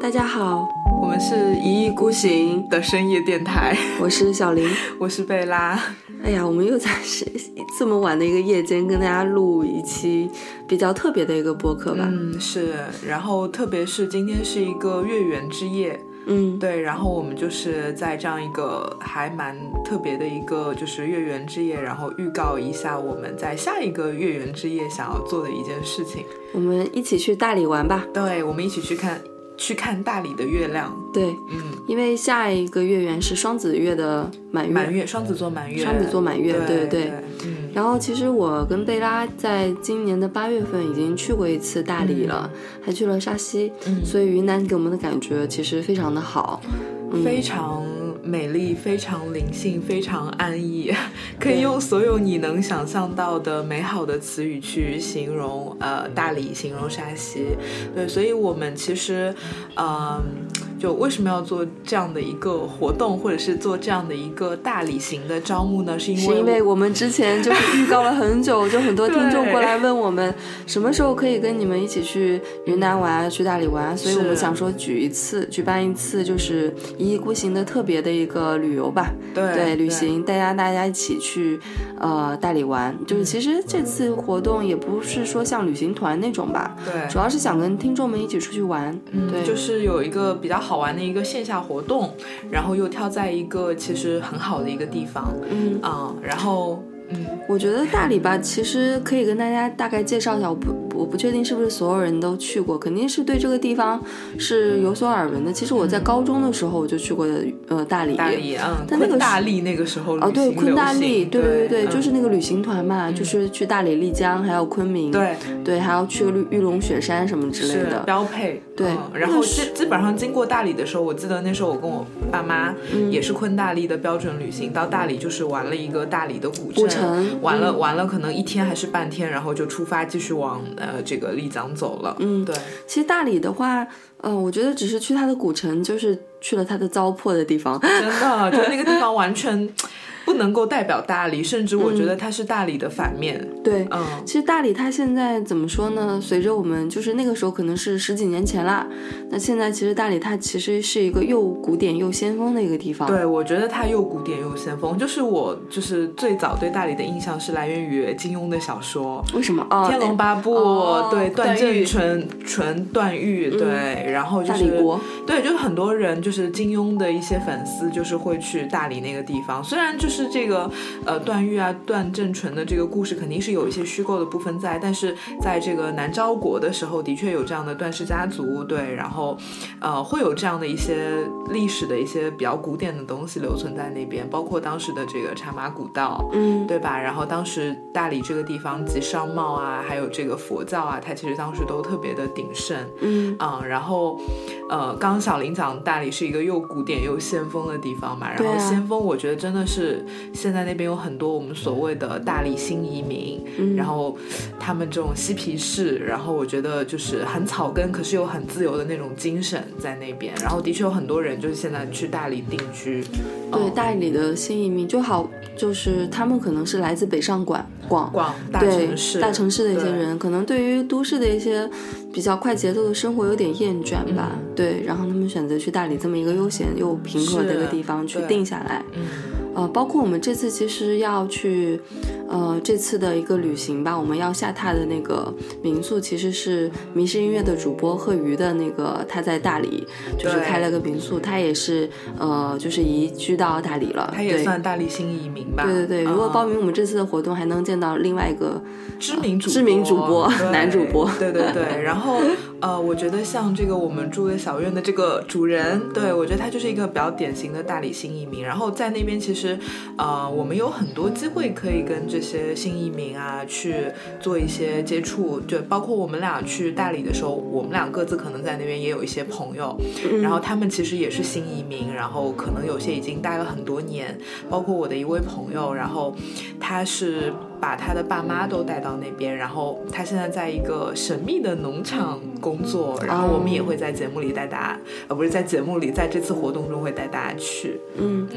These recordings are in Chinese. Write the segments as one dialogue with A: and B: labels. A: 大家好，
B: 我们是一意孤行的深夜电台，
A: 我是小林。
B: 我是贝拉。
A: 哎呀，我们又在是这么晚的一个夜间跟大家录一期比较特别的一个播客吧。
B: 嗯，是。然后特别是今天是一个月圆之夜，
A: 嗯，
B: 对。然后我们就是在这样一个还蛮特别的一个就是月圆之夜，然后预告一下我们在下一个月圆之夜想要做的一件事情。
A: 我们一起去大理玩吧。
B: 对，我们一起去看去看大理的月亮。
A: 对，
B: 嗯，
A: 因为下一个月圆是双子月的满月，
B: 满月，双子座满月，
A: 双子座满月，对
B: 对
A: 对。
B: 嗯。
A: 然后其实我跟贝拉在今年的八月份已经去过一次大理了，还去了沙溪，
B: 嗯
A: 所以云南给我们的感觉其实非常的好。嗯
B: 非常美丽，非常灵性，非常安逸，可以用所有你能想象到的美好的词语去形容呃大理，形容沙溪。对，所以我们其实，嗯、就为什么要做这样的一个活动，或者是做这样的一个大理型的招募呢？是因
A: 是
B: 为
A: 因为我们之前就是预告了很久，就很多听众过来问我们什么时候可以跟你们一起去云南玩啊，去大理玩啊，所以我们
B: 是
A: 想说举一次，举办一次就是一意孤行的特别的一个旅游吧，
B: 对
A: 对，旅行带大家大家一起去呃大理玩，
B: 嗯
A: 就是其实这次活动也不是说像旅行团那种吧，
B: 对
A: 主要是想跟听众们一起出去玩，对，
B: 嗯，就是有一个比较好玩的一个线下活动，然后又挑在一个其实很好的一个地方，
A: 嗯。
B: 嗯，然后嗯，
A: 我觉得大理吧，其实可以跟大家大概介绍一下。我不，我不确定是不是所有人都去过，肯定是对这个地方是有所耳闻的。其实我在高中的时候我就去过的，呃，大理。
B: 嗯大理，嗯，
A: 但那个
B: 昆
A: 是
B: 大力那个时候
A: 哦，
B: 旅行
A: 对，
B: 流
A: 昆大
B: 行
A: 丽，对
B: 对
A: 对，
B: 嗯
A: 就是那个旅行团嘛，就是去大理、丽江，还有昆明，
B: 对
A: 对，还要去玉玉龙雪山什么之类
B: 是
A: 的。
B: 标配，
A: 对
B: 嗯
A: 那
B: 然后
A: 个是
B: 基基本上经过大理的时候，我记得那时候我跟我爸妈
A: 嗯
B: 也是昆大力的标准旅行，到大理就是玩了一个大理的古镇，
A: 古城
B: 玩了
A: 嗯
B: 玩了可能一天还是半天，然后就出发继续往呃这个丽江走了，
A: 嗯
B: 对，
A: 其实大理的话，呃，我觉得只是去它的古城，就是去了它的糟粕的地方。
B: 真的，就那个地方完全不能够代表大理，甚至我觉得它是大理的反面，
A: 嗯对，
B: 嗯，
A: 其实大理它现在怎么说呢？随着我们就是那个时候可能是十几年前啦，那现在其实大理它其实是一个又古典又先锋的一个地方。
B: 对，我觉得它又古典又先锋，就是我就是最早对大理的印象是来源于金庸的小说。
A: 为什么？哦，
B: 《天龙八部》
A: 哦
B: 对段
A: 段誉嗯
B: 正淳、淳段誉对，然后就
A: 大
B: 是
A: 理国，
B: 对，就是很多人就是金庸的一些粉丝，就是会去大理那个地方。虽然就是这个呃段誉啊、段正淳的这个故事肯定是有一些虚构的部分在，但是在这个南诏国的时候，的确有这样的段氏家族，对，然后呃会有这样的一些历史的一些比较古典的东西留存在那边，包括当时的这个茶马古道，
A: 嗯，
B: 对吧？然后当时大理这个地方集商贸啊，还有这个佛教啊，它其实当时都特别的鼎盛。
A: 嗯，
B: 啊、然后，呃，刚刚小林讲大理是一个又古典又先锋的地方嘛，然
A: 对啊
B: 后先锋我觉得真的是现在那边有很多我们所谓的大理新移民，
A: 嗯
B: 然后他们这种嬉皮士，然后我觉得就是很草根，可是又很自由的那种精神在那边，然后的确有很多人就是现在去大理定居，
A: 对，大理的新移民就好，就是他们可能是来自北上广广
B: 广大
A: 对
B: 城市，
A: 大城市的一些
B: 对
A: 人，可能对于都市的一些比较快节奏的生活有点厌倦吧。
B: 嗯
A: 对，然后他们选择去大理这么一个悠闲又平和的一个
B: 是
A: 地方去
B: 对
A: 定下来。
B: 嗯，
A: 呃，包括我们这次其实要去，呃，这次的一个旅行吧，我们要下榻的那个民宿其实是迷失音乐的主播贺瑜的那个，他在大理就是
B: 对
A: 开了个民宿，他也是呃，就是移居到大理了。
B: 他也
A: 对
B: 算大理新移民吧，
A: 对对对，如果
B: 嗯
A: 报名我们这次的活动，还能见到另外一个
B: 知名主播
A: 知名主播
B: 对
A: 男主播
B: 对对对。然后呃，我觉得像这个我们住的小院的这个主人，对
A: 嗯
B: 我觉得他就是一个比较典型的大理新移民。然后在那边其实，呃，我们有很多机会可以跟这些新移民啊去做一些接触，就包括我们俩去大理的时候，我们俩各自可能在那边也有一些朋友，
A: 嗯
B: 然后他们其实也是新移民，然后可能有些已经待了很多年，包括我的一位朋友，然后他是。把他的爸妈都带到那边，然后他现在在一个神秘的农场工作，然后我们也会在节目里带大家，呃，不是在节目里，在这次活动中会带大家去。
A: 嗯，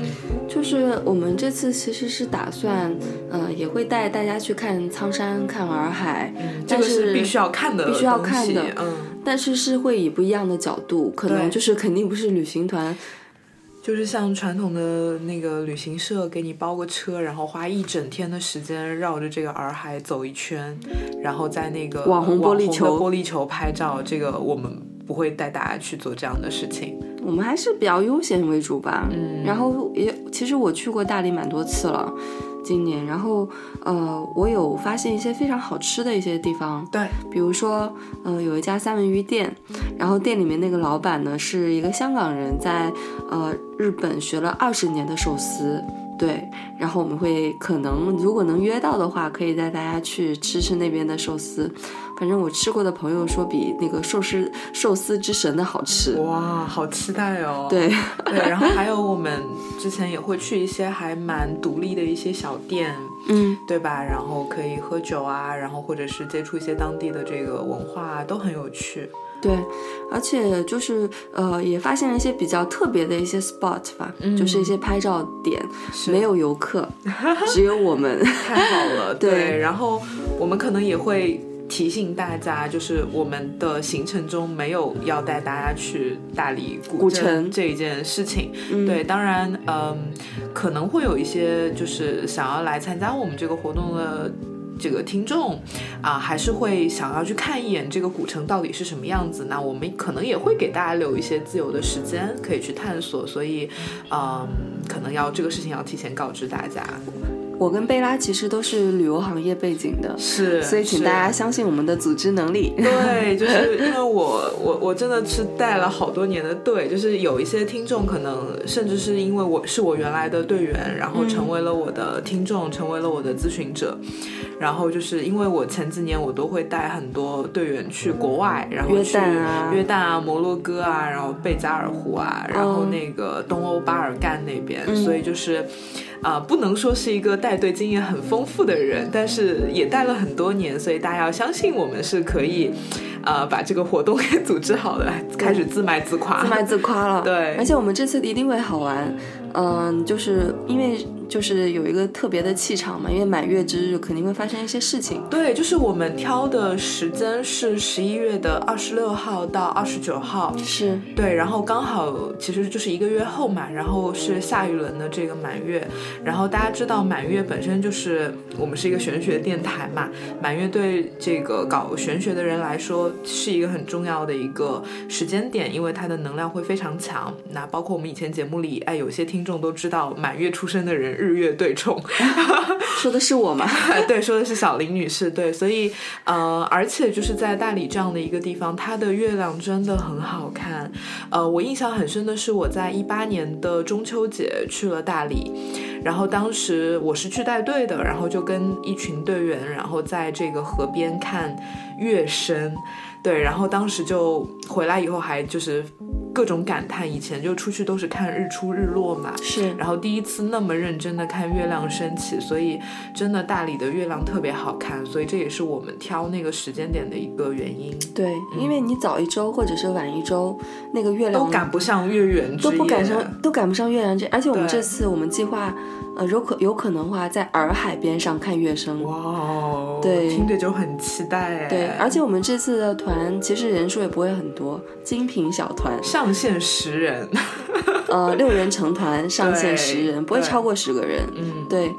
A: 就是我们这次其实是打算，呃，也会带大家去看苍山、看洱海，
B: 这
A: 嗯但
B: 个是必须要看的，
A: 必须要看的，
B: 嗯，
A: 但是是会以不一样的角度，可能
B: 对
A: 就是肯定不是旅行团，
B: 就是像传统的那个旅行社给你包个车，然后花一整天的时间绕着这个洱海走一圈，然后在那个
A: 网红玻璃
B: 网的
A: 球
B: 玻璃球拍照，这个我们不会带大家去做这样的事情。
A: 我们还是比较悠闲为主吧。嗯，然后也其实我去过大理蛮多次了，今年，然后呃，我有发现一些非常好吃的一些地方，
B: 对，
A: 比如说呃，有一家三文鱼店，然后店里面那个老板呢是一个香港人在，呃日本学了二十年的寿司。对，然后我们会可能如果能约到的话，可以带大家去吃吃那边的寿司。反正我吃过的朋友说比那个寿司寿司之神的好吃。
B: 哇，好期待哦！ 对
A: 对，
B: 对，然后还有我们之前也会去一些还蛮独立的一些小店，
A: 嗯，
B: 对吧？然后可以喝酒啊，然后或者是接触一些当地的这个文化、啊，都很有趣。
A: 对，而且就是呃，也发现了一些比较特别的一些 spot 吧，就是一些拍照点，
B: 嗯是
A: 没有游 客，只有我们。
B: 太好了，对。
A: 对
B: 然后我们可能也会提醒大家，就是我们的行程中没有要带大家去大理古
A: 古
B: 镇
A: 城
B: 这一件事情。对，当然，嗯、可能会有一些就是想要来参加我们这个活动的。这个听众啊，还是会想要去看一眼这个古城到底是什么样子。那我们可能也会给大家留一些自由的时间可以去探索，所以，嗯，可能要这个事情要提前告知大家。
A: 我跟贝拉其实都是旅游行业背景的，
B: 是，
A: 所以请
B: 是
A: 大家相信我们的组织能 力。
B: 对，就是因为我我我真的是带了好多年的队，就是有一些听众可能甚至是因为我是我原来的队员，
A: 嗯
B: 然后成为了我的听众，成为了我的咨询者。然后就是因为我前几年我都会带很多队员去国外，然后
A: 约
B: 去
A: 旦啊
B: 约旦啊、摩洛哥啊，然后贝加尔湖啊，然后
A: 哦
B: 那个东欧巴尔干那边，
A: 嗯
B: 所以就是。啊、不能说是一个带队经验很丰富的人，但是也带了很多年，所以大家要相信我们是可以，呃，把这个活动给组织好的，开始自卖自夸。
A: 自卖自夸了。
B: 对
A: 而且我们这次一定会好玩。嗯，就是因为就是有一个特别的气场嘛，因为满月之日肯定会发生一些事情。
B: 对，就是我们挑的时间是十一月的二十六号到二十九号，
A: 是，
B: 对，然后刚好其实就是一个月后嘛，然后是下一轮的这个满月，然后大家知道满月本身就是我们是一个玄学电台嘛，满月对这个搞玄学的人来说是一个很重要的一个时间点，因为它的能量会非常强。那包括我们以前节目里，哎，有些听众都知道满月出生的人日月对冲，
A: 说的是我嘛？
B: 哎， 对，说的是小林女士，对，所以呃，而且就是在大理这样的一个地方，它的月亮真的很好看。呃，我印象很深的是我在一八年的中秋节去了大理，然后当时我是去带队的，然后就跟一群队员，然后在这个河边看月升。对，然后当时就回来以后还就是各种感叹，以前就出去都是看日出日落嘛，
A: 是
B: 然后第一次那么认真的看月亮升起，所以真的大理的月亮特别好看，所以这也是我们挑那个时间点的一个原因，
A: 对，因为你早一周或者是晚一周，那个月亮
B: 嗯都赶不上月圆之
A: 都
B: 夜，啊
A: 不赶上，都赶不上月亮这。而且我们
B: 对
A: 这次我们计划，呃，有可有可能的话在洱海边上看月升。
B: 哇哦，
A: 对
B: 听着就很期待哎，，
A: 对，而且我们这次的团其实人数也不会很多，精品小团
B: 上限十人，
A: 呃，六人成团，上限
B: 对
A: 十人，不会
B: 对
A: 超过十个人。
B: 嗯，
A: 对，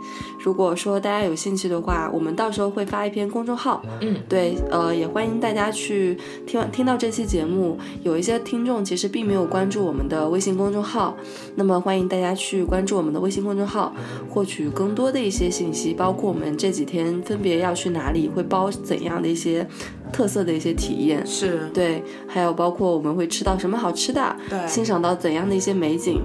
A: 如果说大家有兴趣的话，我们到时候会发一篇公众号。
B: 嗯，
A: 对，呃，也欢迎大家去听听到这期节目。有一些听众其实并没有关注我们的微信公众号，那么欢迎大家去关注我们的微信公众号，获取更多的一些信息，包括我们这几天分别要去哪里，会包怎样的一些特色的一些体验。
B: 是
A: 对，还有包括我们会吃到什么好吃的，
B: 对
A: 欣赏到怎样的一些美景，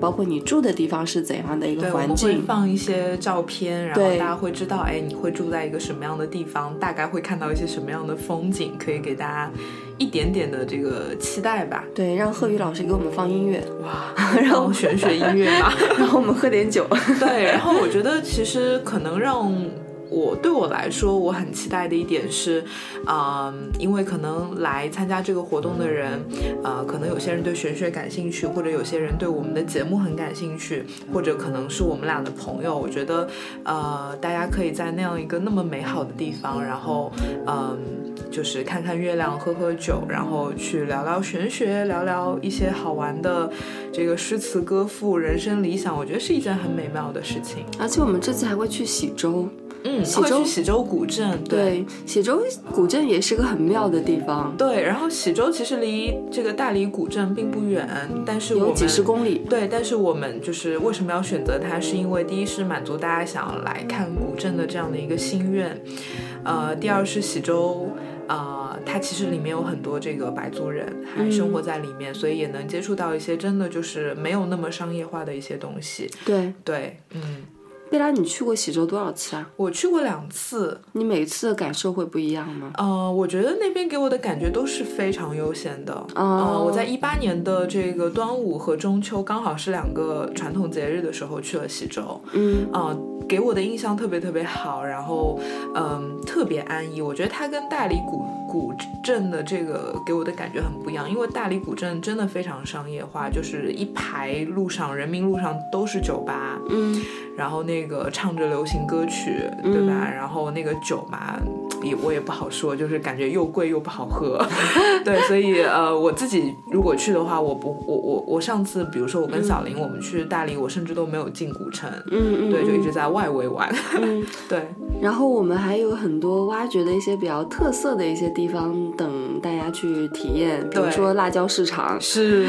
A: 包括你住的地方是怎样的一个
B: 对，我
A: 环
B: 们会
A: 境。
B: 放一些照片，然后大
A: 对
B: 家会知道，哎，你会住在一个什么样的地方，大概会看到一些什么样的风景，可以给大家一点点的这个期待吧。
A: 对，让贺宇老师给我们放音乐，
B: 哇，然后玄学音乐嘛，
A: 然后我们喝点酒。
B: 对，然后我觉得其实可能让我对我来说，我很期待的一点是，嗯、因为可能来参加这个活动的人，呃，可能有些人对玄学感兴趣，或者有些人对我们的节目很感兴趣，或者可能是我们俩的朋友。我觉得，呃，大家可以在那样一个那么美好的地方，然后，嗯、就是看看月亮，喝喝酒，然后去聊聊玄学，聊聊一些好玩的这个诗词歌赋、人生理想，我觉得是一件很美妙的事情。
A: 而且我们这次还会去喜洲，
B: 嗯，
A: 喜
B: 会
A: 洲
B: 去喜洲古镇，对。
A: 对，喜洲古镇也是个很妙的地方，
B: 对，然后喜洲其实离这个大理古镇并不远，但是我
A: 有
B: 们
A: 几十公里。
B: 对，但是我们就是为什么要选择它，是因为第一是满足大家想要来看古镇的这样的一个心愿，呃，第二是喜洲，呃，它其实里面有很多这个白族人还生活在里面，所以也能接触到一些真的就是没有那么商业化的一些东西。
A: 对，
B: 对，嗯，
A: 贝拉，你去过喜洲多少次啊？
B: 我去过两次，
A: 你每次的感受会不一样吗？
B: 呃，我觉得那边给我的感觉都是非常悠闲的。呃，我在
A: 哦
B: 一八年的这个端午和中秋刚好是两个传统节日的时候去了喜洲，
A: 嗯，
B: 啊、给我的印象特别特别好，然后嗯，特别安逸。我觉得它跟大理古古镇的这个给我的感觉很不一样，因为大理古镇真的非常商业化，就是一排路上人民路上都是酒吧，
A: 嗯，
B: 然后那个唱着流行歌曲，对吧？然后那个酒嘛，也我也不好说，就是感觉又贵又不好喝。对，所以呃，我自己如果去的话，我不，我我我上次，比如说我跟小林，我们去大理，我甚至都没有进古城，
A: 嗯嗯嗯，
B: 对，就一
A: 嗯
B: 直在外围玩。
A: 嗯
B: 对，
A: 然后我们还有很多挖掘的一些比较特色的一些地方等大家去体验，比如
B: 对
A: 说辣椒市 场，
B: 是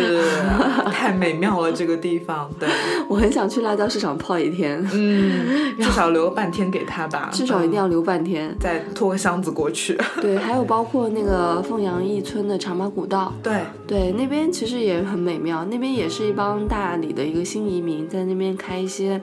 B: 太美妙了这个地方。对，
A: 我很想去辣椒市场泡一天，
B: 嗯，至少留半天给他吧，
A: 至少一定
B: 嗯
A: 要留半天。
B: 再拖个箱子过去。
A: 对，还有包括那个凤阳驿村的长马古道，
B: 对，
A: 对，那边其实也很美妙，那边也是一帮大理的一个新移民在那边开一些，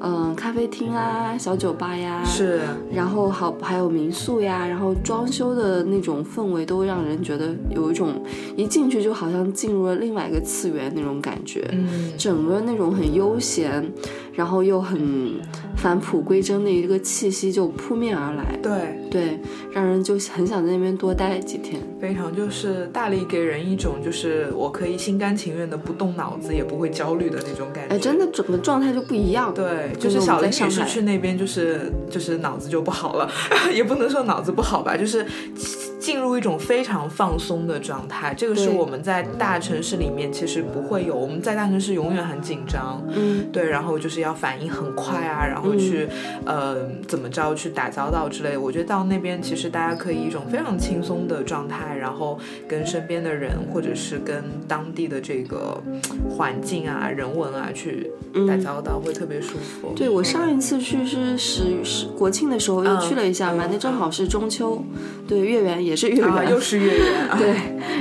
A: 嗯、咖啡厅啊、小酒吧呀，，
B: 是，
A: 然后好还有民宿呀，然后装修的那种氛围都让人觉得有一种一进去就好像进入了另外一个次元那种感觉。
B: 嗯，
A: 整个那种很悠闲，然后又很返璞归真的一个气息就扑面而来，
B: 对。
A: 对，让人就很想在那边多待几天。
B: 非常就是大力给人一种就是我可以心甘情愿的不动脑子也不会焦虑的那种感觉。
A: 哎，真的整个状态就不一样。
B: 对，
A: 跟
B: 就是
A: 我们
B: 小林
A: 在
B: 女
A: 上
B: 士
A: 海
B: 去那边就是就是脑子就不好了， 也不能说脑子不好吧，就是进进入一种非常放松的状态。这个是
A: 对
B: 我们在大城市里面其实不会有，我们在大城市永远很紧张，
A: 嗯，
B: 对，然后就是要反应很快啊，然后去、呃怎么着去打交道之类的。我觉得到那边其实大家可以一种非常轻松的状态，然后跟身边的人或者是跟当地的这个嗯环境啊、人文啊去打交道，会特别舒服。
A: 嗯
B: 啊
A: 对我上一次去是十十国庆的时候又去了一下嘛，那正好是中秋，对，月圆也是月
B: 啊，
A: 圆。
B: 又是月圆 啊，
A: 对，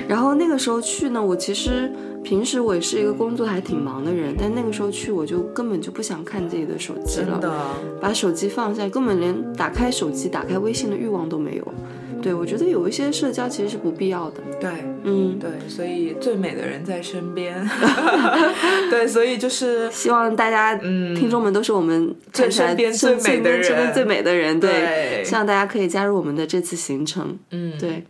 A: 然后那个时候去呢，我其实平时我也是一个工作还挺忙的人，但那个时候去我就根本就不想看自己的手机
B: 真
A: 了，
B: 的。
A: 把手机放下，根本连打开手机、打开微信的欲望都没有。对，我觉得有一些社交其实是不必要的。
B: 对
A: 嗯，
B: 对，所以最美的人在身边。 对，所以就是
A: 希望大家
B: 嗯，
A: 听众们都是我们
B: 最
A: 看起来
B: 身边
A: 身
B: 最美的人
A: 身边最美的人，对，
B: 对，
A: 希望大家可以加入我们的这次行程，
B: 嗯，
A: 对。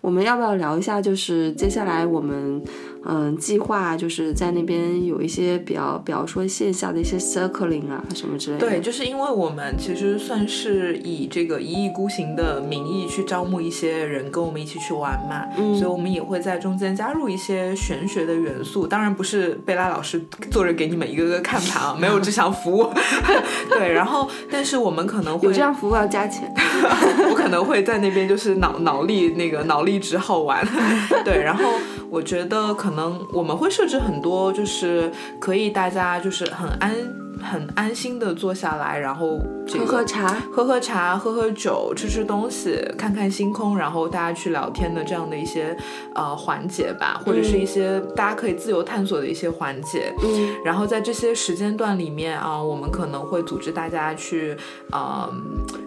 A: 我们要不要聊一下？就是接下来我们，嗯，计划就是在那边有一些比较，比方说线下的一些 circling 啊什么之类的。
B: 对，就是因为我们其实算是以这个一意孤行的名义去招募一些人跟我们一起去玩嘛，
A: 嗯
B: 所以我们也会在中间加入一些玄学的元素。当然不是贝拉老师坐着给你们一个个看盘啊，没有这项服务。 对，然后但是我们可能
A: 有
B: 会
A: 这，样服务要加钱。
B: 我可能会在那边就是脑脑力那个脑力值耗完。对，然后我觉得可能我们会设置很多，就是可以大家就是很安很安心的坐下来，然后、这个、
A: 喝喝茶，
B: 喝喝茶，喝喝酒，吃吃东西，看看星空，然后大家去聊天的这样的一些呃环节吧，或者是一些大家可以自由探索的一些环节。
A: 嗯，
B: 然后在这些时间段里面啊、我们可能会组织大家去呃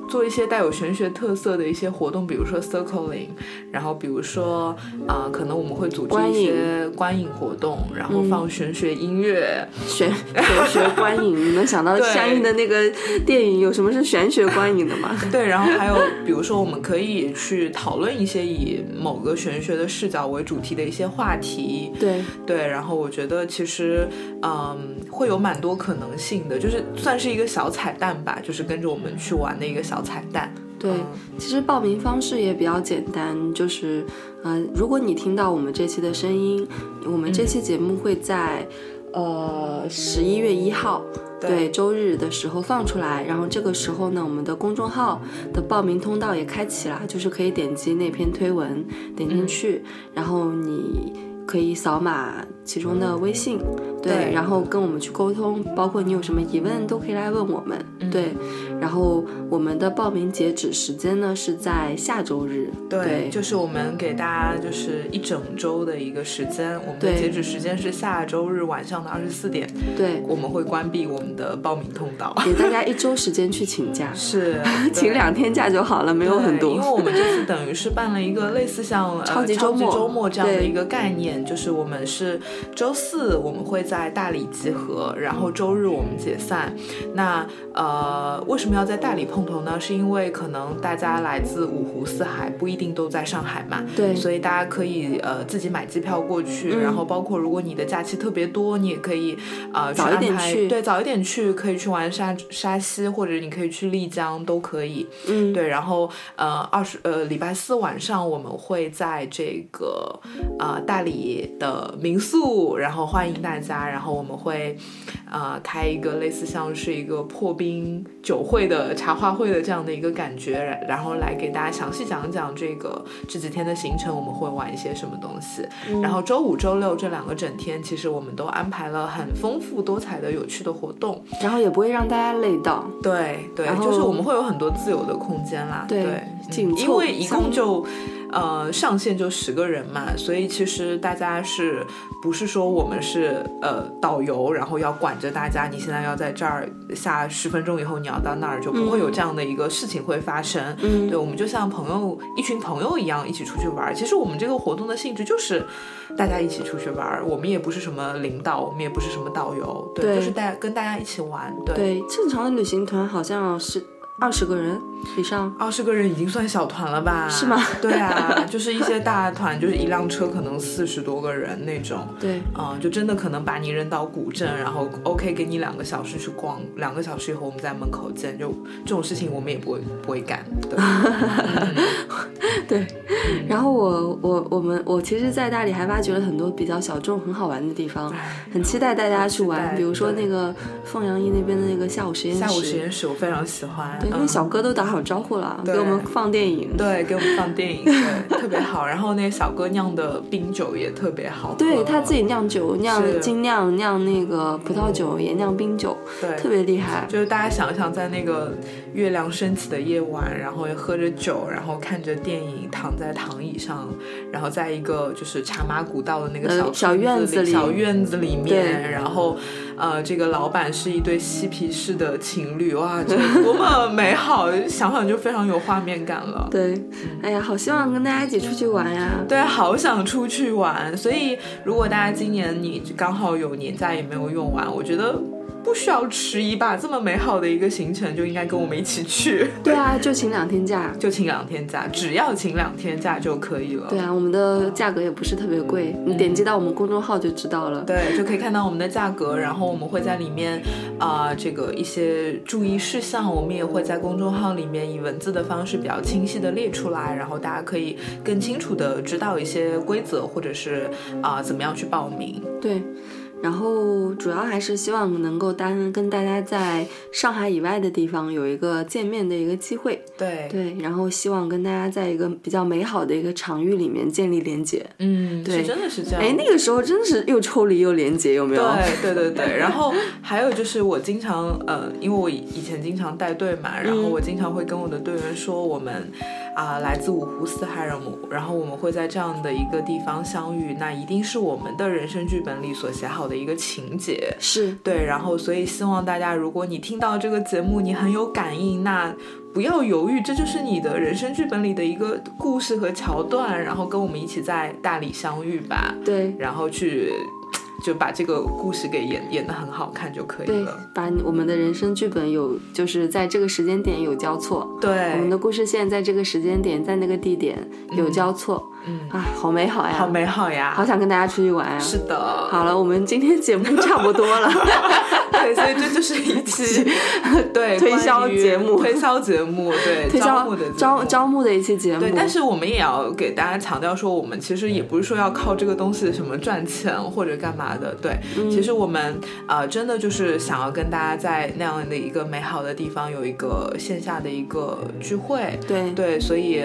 B: 做一些带有玄学特色的一些活动，比如说 circling，然后比如说啊、可能我们会组织
A: 观
B: 一
A: 影
B: 些观影活动，然后放玄学音乐。
A: 玄玄学观影，你能想到
B: 对
A: 相应的那个电影有什么是玄学观影的吗？
B: 对，然后还有比如说，我们可以去讨论一些以某个玄学的视角为主题的一些话题。
A: 对，
B: 对，然后我觉得其实，嗯，会有蛮多可能性的，就是算是一个小彩蛋吧，就是跟着我们去玩的一个小彩蛋。
A: 对，
B: 嗯
A: 其实报名方式也比较简单，就是，呃，如果你听到我们这期的声音，我们这期节目会在，呃，十一月一号。对，周日的时候放出来，然后这个时候呢，我们的公众号的报名通道也开启了，就是可以点击那篇推文，点
B: 嗯
A: 进去，然后你可以扫码其中的微信，对，
B: 对
A: 然后跟我们去沟通，包括你有什么疑问都可以来问我们，
B: 嗯
A: 对，然后我们的报名截止时间呢是在下周日，
B: 对，
A: 对，
B: 就是我们给大家就是一整周的一个时间，我们的
A: 对
B: 截止时间是下周日晚上的二十四点，
A: 对，
B: 我们会关闭我们的报名通道。，
A: 给大家一周时间去请假
B: 是，
A: 请
B: 对
A: 两天假就好了，没有
B: 对
A: 很
B: 因为
A: 多，
B: 我们这次等于是办了一个类似像呃
A: 超级
B: 超
A: 周
B: 级
A: 末
B: 周末这样的
A: 对
B: 一个概念，就是我们是周四我们会在大理集合，然后周日我们解散。那呃，为什么要在大理碰头呢？是因为可能大家来自五湖四海，不一定都在上海嘛，
A: 对，
B: 所以大家可以呃自己买机票过去，
A: 嗯
B: 然后包括如果你的假期特别多，你也可以呃去
A: 早一
B: 安
A: 点
B: 排
A: 去
B: 对，早一点去可以去玩沙沙溪，或者你可以去丽江都可以。
A: 嗯，
B: 对，然后呃，二十呃，礼拜四晚上我们会在这个呃大理的民宿，然后欢迎大家，然后我们会呃开一个类似像是一个破冰酒会的茶话会的这样的一个感觉，然然后来给大家详细讲讲这个这几天的行程，我们会玩一些什么东西。然后周五、周六这两个整天，其实我们都安排了很丰富多彩的有趣的活动。
A: 然后也不会让大家累到，
B: 对对，
A: 然
B: 就是
A: 后
B: 我们会有很多自由的空间啦。
A: 对紧
B: 嗯、
A: 凑
B: 因为一
A: 相
B: 共就呃上限就十个人嘛，所以其实大家是不是说我们是呃导游，然后要管着大家，你现在要在这儿下十分钟以后你要到那儿，就不会有这样的一个事情会发生。
A: 嗯
B: 对，我们就像朋友一群朋友一样一起出去玩儿。其实我们这个活动的性质就是大家一起出去玩儿，我们也不是什么领导，我们也不是什么导游，对，
A: 对
B: 就是大家跟大家一起玩，对。
A: 对，正常的旅行团好像是二十个人以上。
B: 二哦十个人已经算小团了吧？
A: 是吗？
B: 对啊，就是一些大团，就是一辆车可能四十多个人那种，
A: 对，
B: 嗯，就真的可能把你扔到古镇，然后 OK 给你两个小时去逛，两个小时以后我们在门口见，就这种事情我们也不会不会干，对，
A: 然后我我我们我其实，在大理还挖掘了很多比较小众、很好玩的地方，很期待大家去
B: 期
A: 玩。
B: 待
A: 比如说
B: 对
A: 那个凤阳驿那边的那个下午实验室，
B: 下午实验室我非常喜欢，
A: 对，那
B: 嗯
A: 小哥都打好招呼了，
B: 对
A: 给我们放电影。
B: 对，给我们放电影，对，特别好。然后那个小哥酿的冰酒也特别好喝，
A: 对他自己酿酒，
B: 是
A: 酿精酿，酿那个葡萄酒，也酿冰酒，
B: 对，
A: 特别厉害。
B: 就是大家想想，在那个月亮升起的夜晚，然后喝着酒，然后看着电影，躺在躺椅上，然后在一个就是茶马古道的那个
A: 呃
B: 小、
A: 小院
B: 子
A: 子里
B: 小院子里面，
A: 对
B: 然后呃，这个老板是一对嬉皮士的情 侣，哇，这个多么美好！想想就非常有画面感了。
A: 对，哎呀，好希望跟大家一起出去玩呀。
B: 对，好想出去玩。所以，如果大家今年你刚好有年假也没有用完，我觉得不需要迟疑吧。这么美好的一个行程，就应该跟我们一起去，
A: 对啊，就请两天假。
B: 就请两天假，只要请两天假就可以了。
A: 对啊，我们的价格也不是特别贵，你点击到我们公众号就知道了。
B: 对，就可以看到我们的价格，然后我们会在里面，啊、这个一些注意事项，我们也会在公众号里面以文字的方式比较清晰的列出来，然后大家可以呃更清楚的知道一些规则，或者是啊、怎么样去报名。
A: 对，然后主要还是希望能够大家跟大家在上海以外的地方有一个见面的一个机会，
B: 对，
A: 对，然后希望跟大家在一个比较美好的一个场域里面建立连接。
B: 嗯，
A: 对
B: 是真的是这样。
A: 哎，那个时候真的是又抽离又连接，有没有？
B: 哎 对对对对，然后还有就是我经常呃，因为我以以前经常带队嘛，然后我经常会跟我的队员说我们啊、来自五湖四海人姆，然后我们会在这样的一个地方相遇，那一定是我们的人生剧本里所写好的一个情节。
A: 是，
B: 对，然后所以希望大家，如果你听到这个节目，你很有感应，那不要犹豫，这就是你的人生剧本里的一个故事和桥段，然后跟我们一起在大理相遇吧。
A: 对。
B: 然后去就把这个故事给演演得很好看就可以
A: 对
B: 了。，
A: 把我们的人生剧本有，就是在这个时间点有交错，我们
B: 对，
A: 的故事线在这个时间点，在那个地点有交错，
B: 嗯，
A: 啊，好美好呀，
B: 好美好呀。
A: 好想跟大家出去玩呀。啊
B: 是的，
A: 好了，我们今天节目差不多 了，
B: 对，所以这就是一 期对
A: 推销
B: 关于
A: 节目
B: 推销节目，对，
A: 推
B: 招
A: 销
B: 募的节目
A: 招招募的一期节目
B: 对，，但是我们也要给大家强调说，我们其实也不是说要靠这个东西什么赚钱或者干嘛的。对，
A: 嗯
B: 其实我们呃真的就是想要跟大家在那样的一个美好的地方有一个线下的一个聚会。
A: 对，
B: 对，所以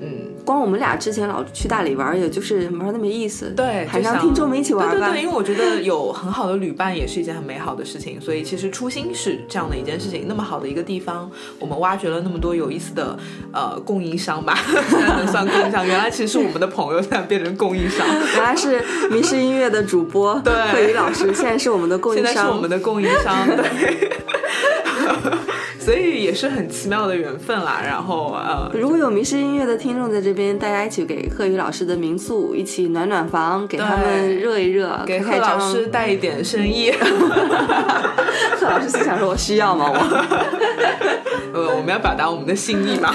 B: 嗯，
A: 光我们俩之前老去大理玩，也就是玩的没意思，
B: 对，
A: 嗯还
B: 就想
A: 让听众们一起玩
B: 对对
A: 吧
B: 对，。因为我觉得有很好的旅伴也是一件很美好的事情，所以其实初心是这样的一件事情。那么好的一个地方，我们挖掘了那么多有意思的呃供应商 吧，现在能算供应商，原来其实是我们的朋友，现在变成供应商，
A: 原来是迷失音乐的主播
B: 对
A: 慧宇老师，现在是我们的供
B: 现
A: 应
B: 在是我
A: 商
B: 们。的供应商，对。所以也是很奇妙的缘分啦，然后呃，
A: 如果有迷失音乐的听众在这边，大家一起给贺宇老师的民宿一起暖暖房，给他们热一热，
B: 给
A: 开
B: 贺
A: 开张。
B: 老师，带一点生意，
A: 贺老师心想说：“我需要吗？我
B: 呃，我们要表达我们的心意嘛，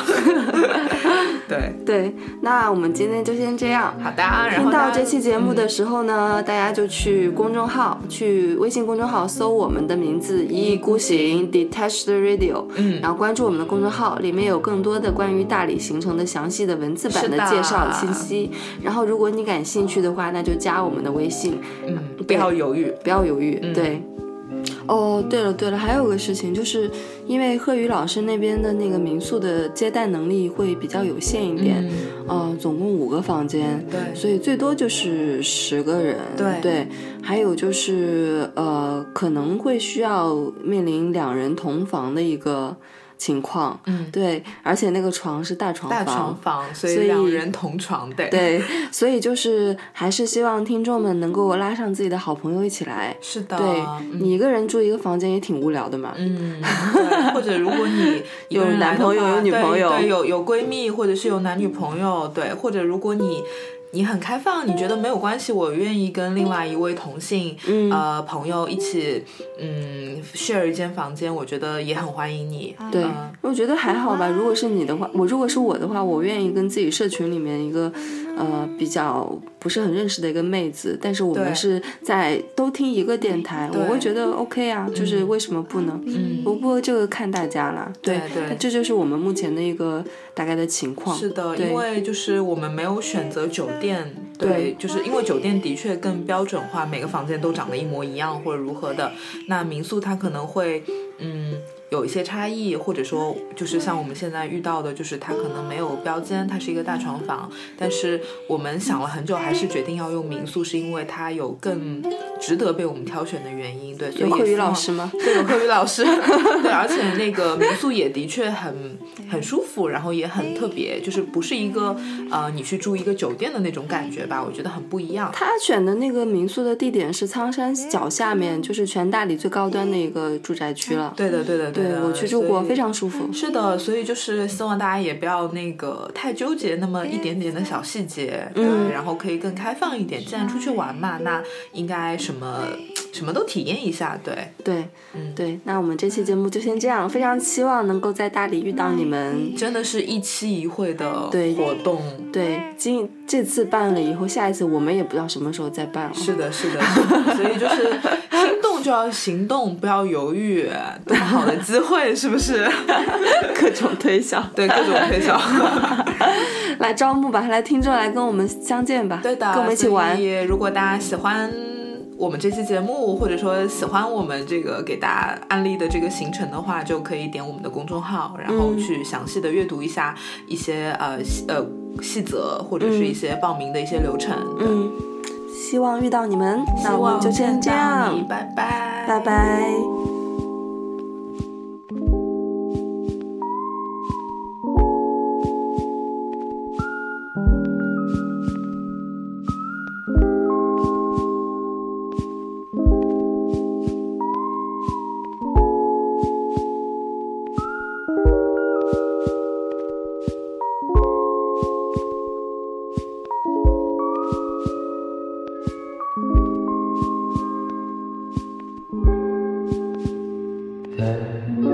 B: 对，
A: 对。”那我们今天就先这样。
B: 好的，然后
A: 听
B: 大
A: 到
B: 家嗯
A: 这期节目的时候呢，大家就去公众号、去微信公众号搜我们的名字“一意孤行 Detached Radio”，
B: 嗯
A: 然后关注我们的公众号，里面有更多的关于大理行程的详细的文字版
B: 是的
A: 介绍信息。然后，如果你感兴趣的话，那就加我们的微信，
B: 嗯，不要犹豫，
A: 不要犹
B: 嗯
A: 豫。对。哦，对了对了，还有个事情，就是因为贺宇老师那边的那个民宿的接待能力会比较有限一点，呃，总共五个房间，
B: 嗯对
A: 所以最多就是十个人，
B: 对
A: 还有就是呃，可能会需要面临两人同房的一个情况，
B: 嗯
A: 对，而且那个床是大床
B: 大
A: 房，
B: 床房，所以
A: 所以
B: 两人同床对，
A: 对，所以就是还是希望听众们能够拉上自己的好朋友一起来，
B: 是的，
A: 对、
B: 嗯
A: 你一个人住一个房间也挺无聊的嘛，
B: 嗯，对或者如果 你一个人来的话
A: 有男朋友有女朋友
B: 对对有有闺蜜，或者是有男女朋友，对，或者如果你你很开放，你觉得没有关系，我愿意跟另外一位同性、
A: 嗯
B: 呃朋友一起，嗯，share 一间房间，我觉得也很欢迎你，
A: 对
B: 嗯，
A: 我觉得还好吧。如果是你的话，我如果是我的话，我愿意跟自己社群里面一个呃比较不是很认识的一个妹子，但是我
B: 对
A: 们是在都听一个电台，
B: 对
A: 我会觉得 OK 啊，就是为什么不呢？
B: 嗯
A: 不过这个看大家啦，对
B: 对对
A: 这就是我们目前的一个大概的情况。
B: 是的，
A: 对
B: 因为就是我们没有选择酒店，
A: 对
B: 就是因为酒店的确更标准化，每个房间都长得一模一样或者如何的。那民宿它可能会，嗯，有一些差异，或者说就是像我们现在遇到的，就是它可能没有标间，它是一个大床房，但是我们想了很久，还是决定要用民宿，是因为它有更值得被我们挑选的原因。对，所以
A: 有
B: 也
A: 贺
B: 希
A: 宇老
B: 望
A: 师吗？
B: 对，有课余老师，对，而且那个民宿也的确很很舒服，然后也很特别，就是不是一个呃你去住一个酒店的那种感觉吧，我觉得很不一样。
A: 他选的那个民宿的地点是苍山脚下面，就是全大理最高端的一个住宅区了。
B: 对的，对的，
A: 对
B: 的，
A: 我去住过，
B: 呃所以嗯
A: 非。常舒服。
B: 是的，所以就是希望大家也不要那个太纠结那么一点点的小细节，
A: 嗯
B: 对，然后可以更开放一点。既然出去玩嘛，那应该什么什么都体验一下，对，
A: 对，
B: 嗯
A: 对，那我们这期节目就先这样，非常期望能够在大理遇到你们。
B: 真的是一期一会的
A: 对
B: 活动，
A: 对，今这次办了以后，下一次我们也不知道什么时候再办了。
B: 是的，是的，是的所以就是心动就要行动，不要犹豫，多么好的机会，是不是？
A: 各种推销，
B: 对，各种推销。
A: 来招募吧，来听众来跟我们相见吧，
B: 对的，
A: 跟我们一起玩
B: 所。以如果大家喜欢我们这期节目，或者说喜欢我们这个给大家案例的这个行程的话，就可以点我们的公众号，然后
A: 嗯
B: 去详细的阅读一下一些呃细呃细则，或者是一些报名的一些流程。对
A: 嗯，希望遇到你们，那我们就
B: 希望
A: 先这
B: 见到你
A: 样，
B: 拜拜，
A: 拜拜。
C: Thank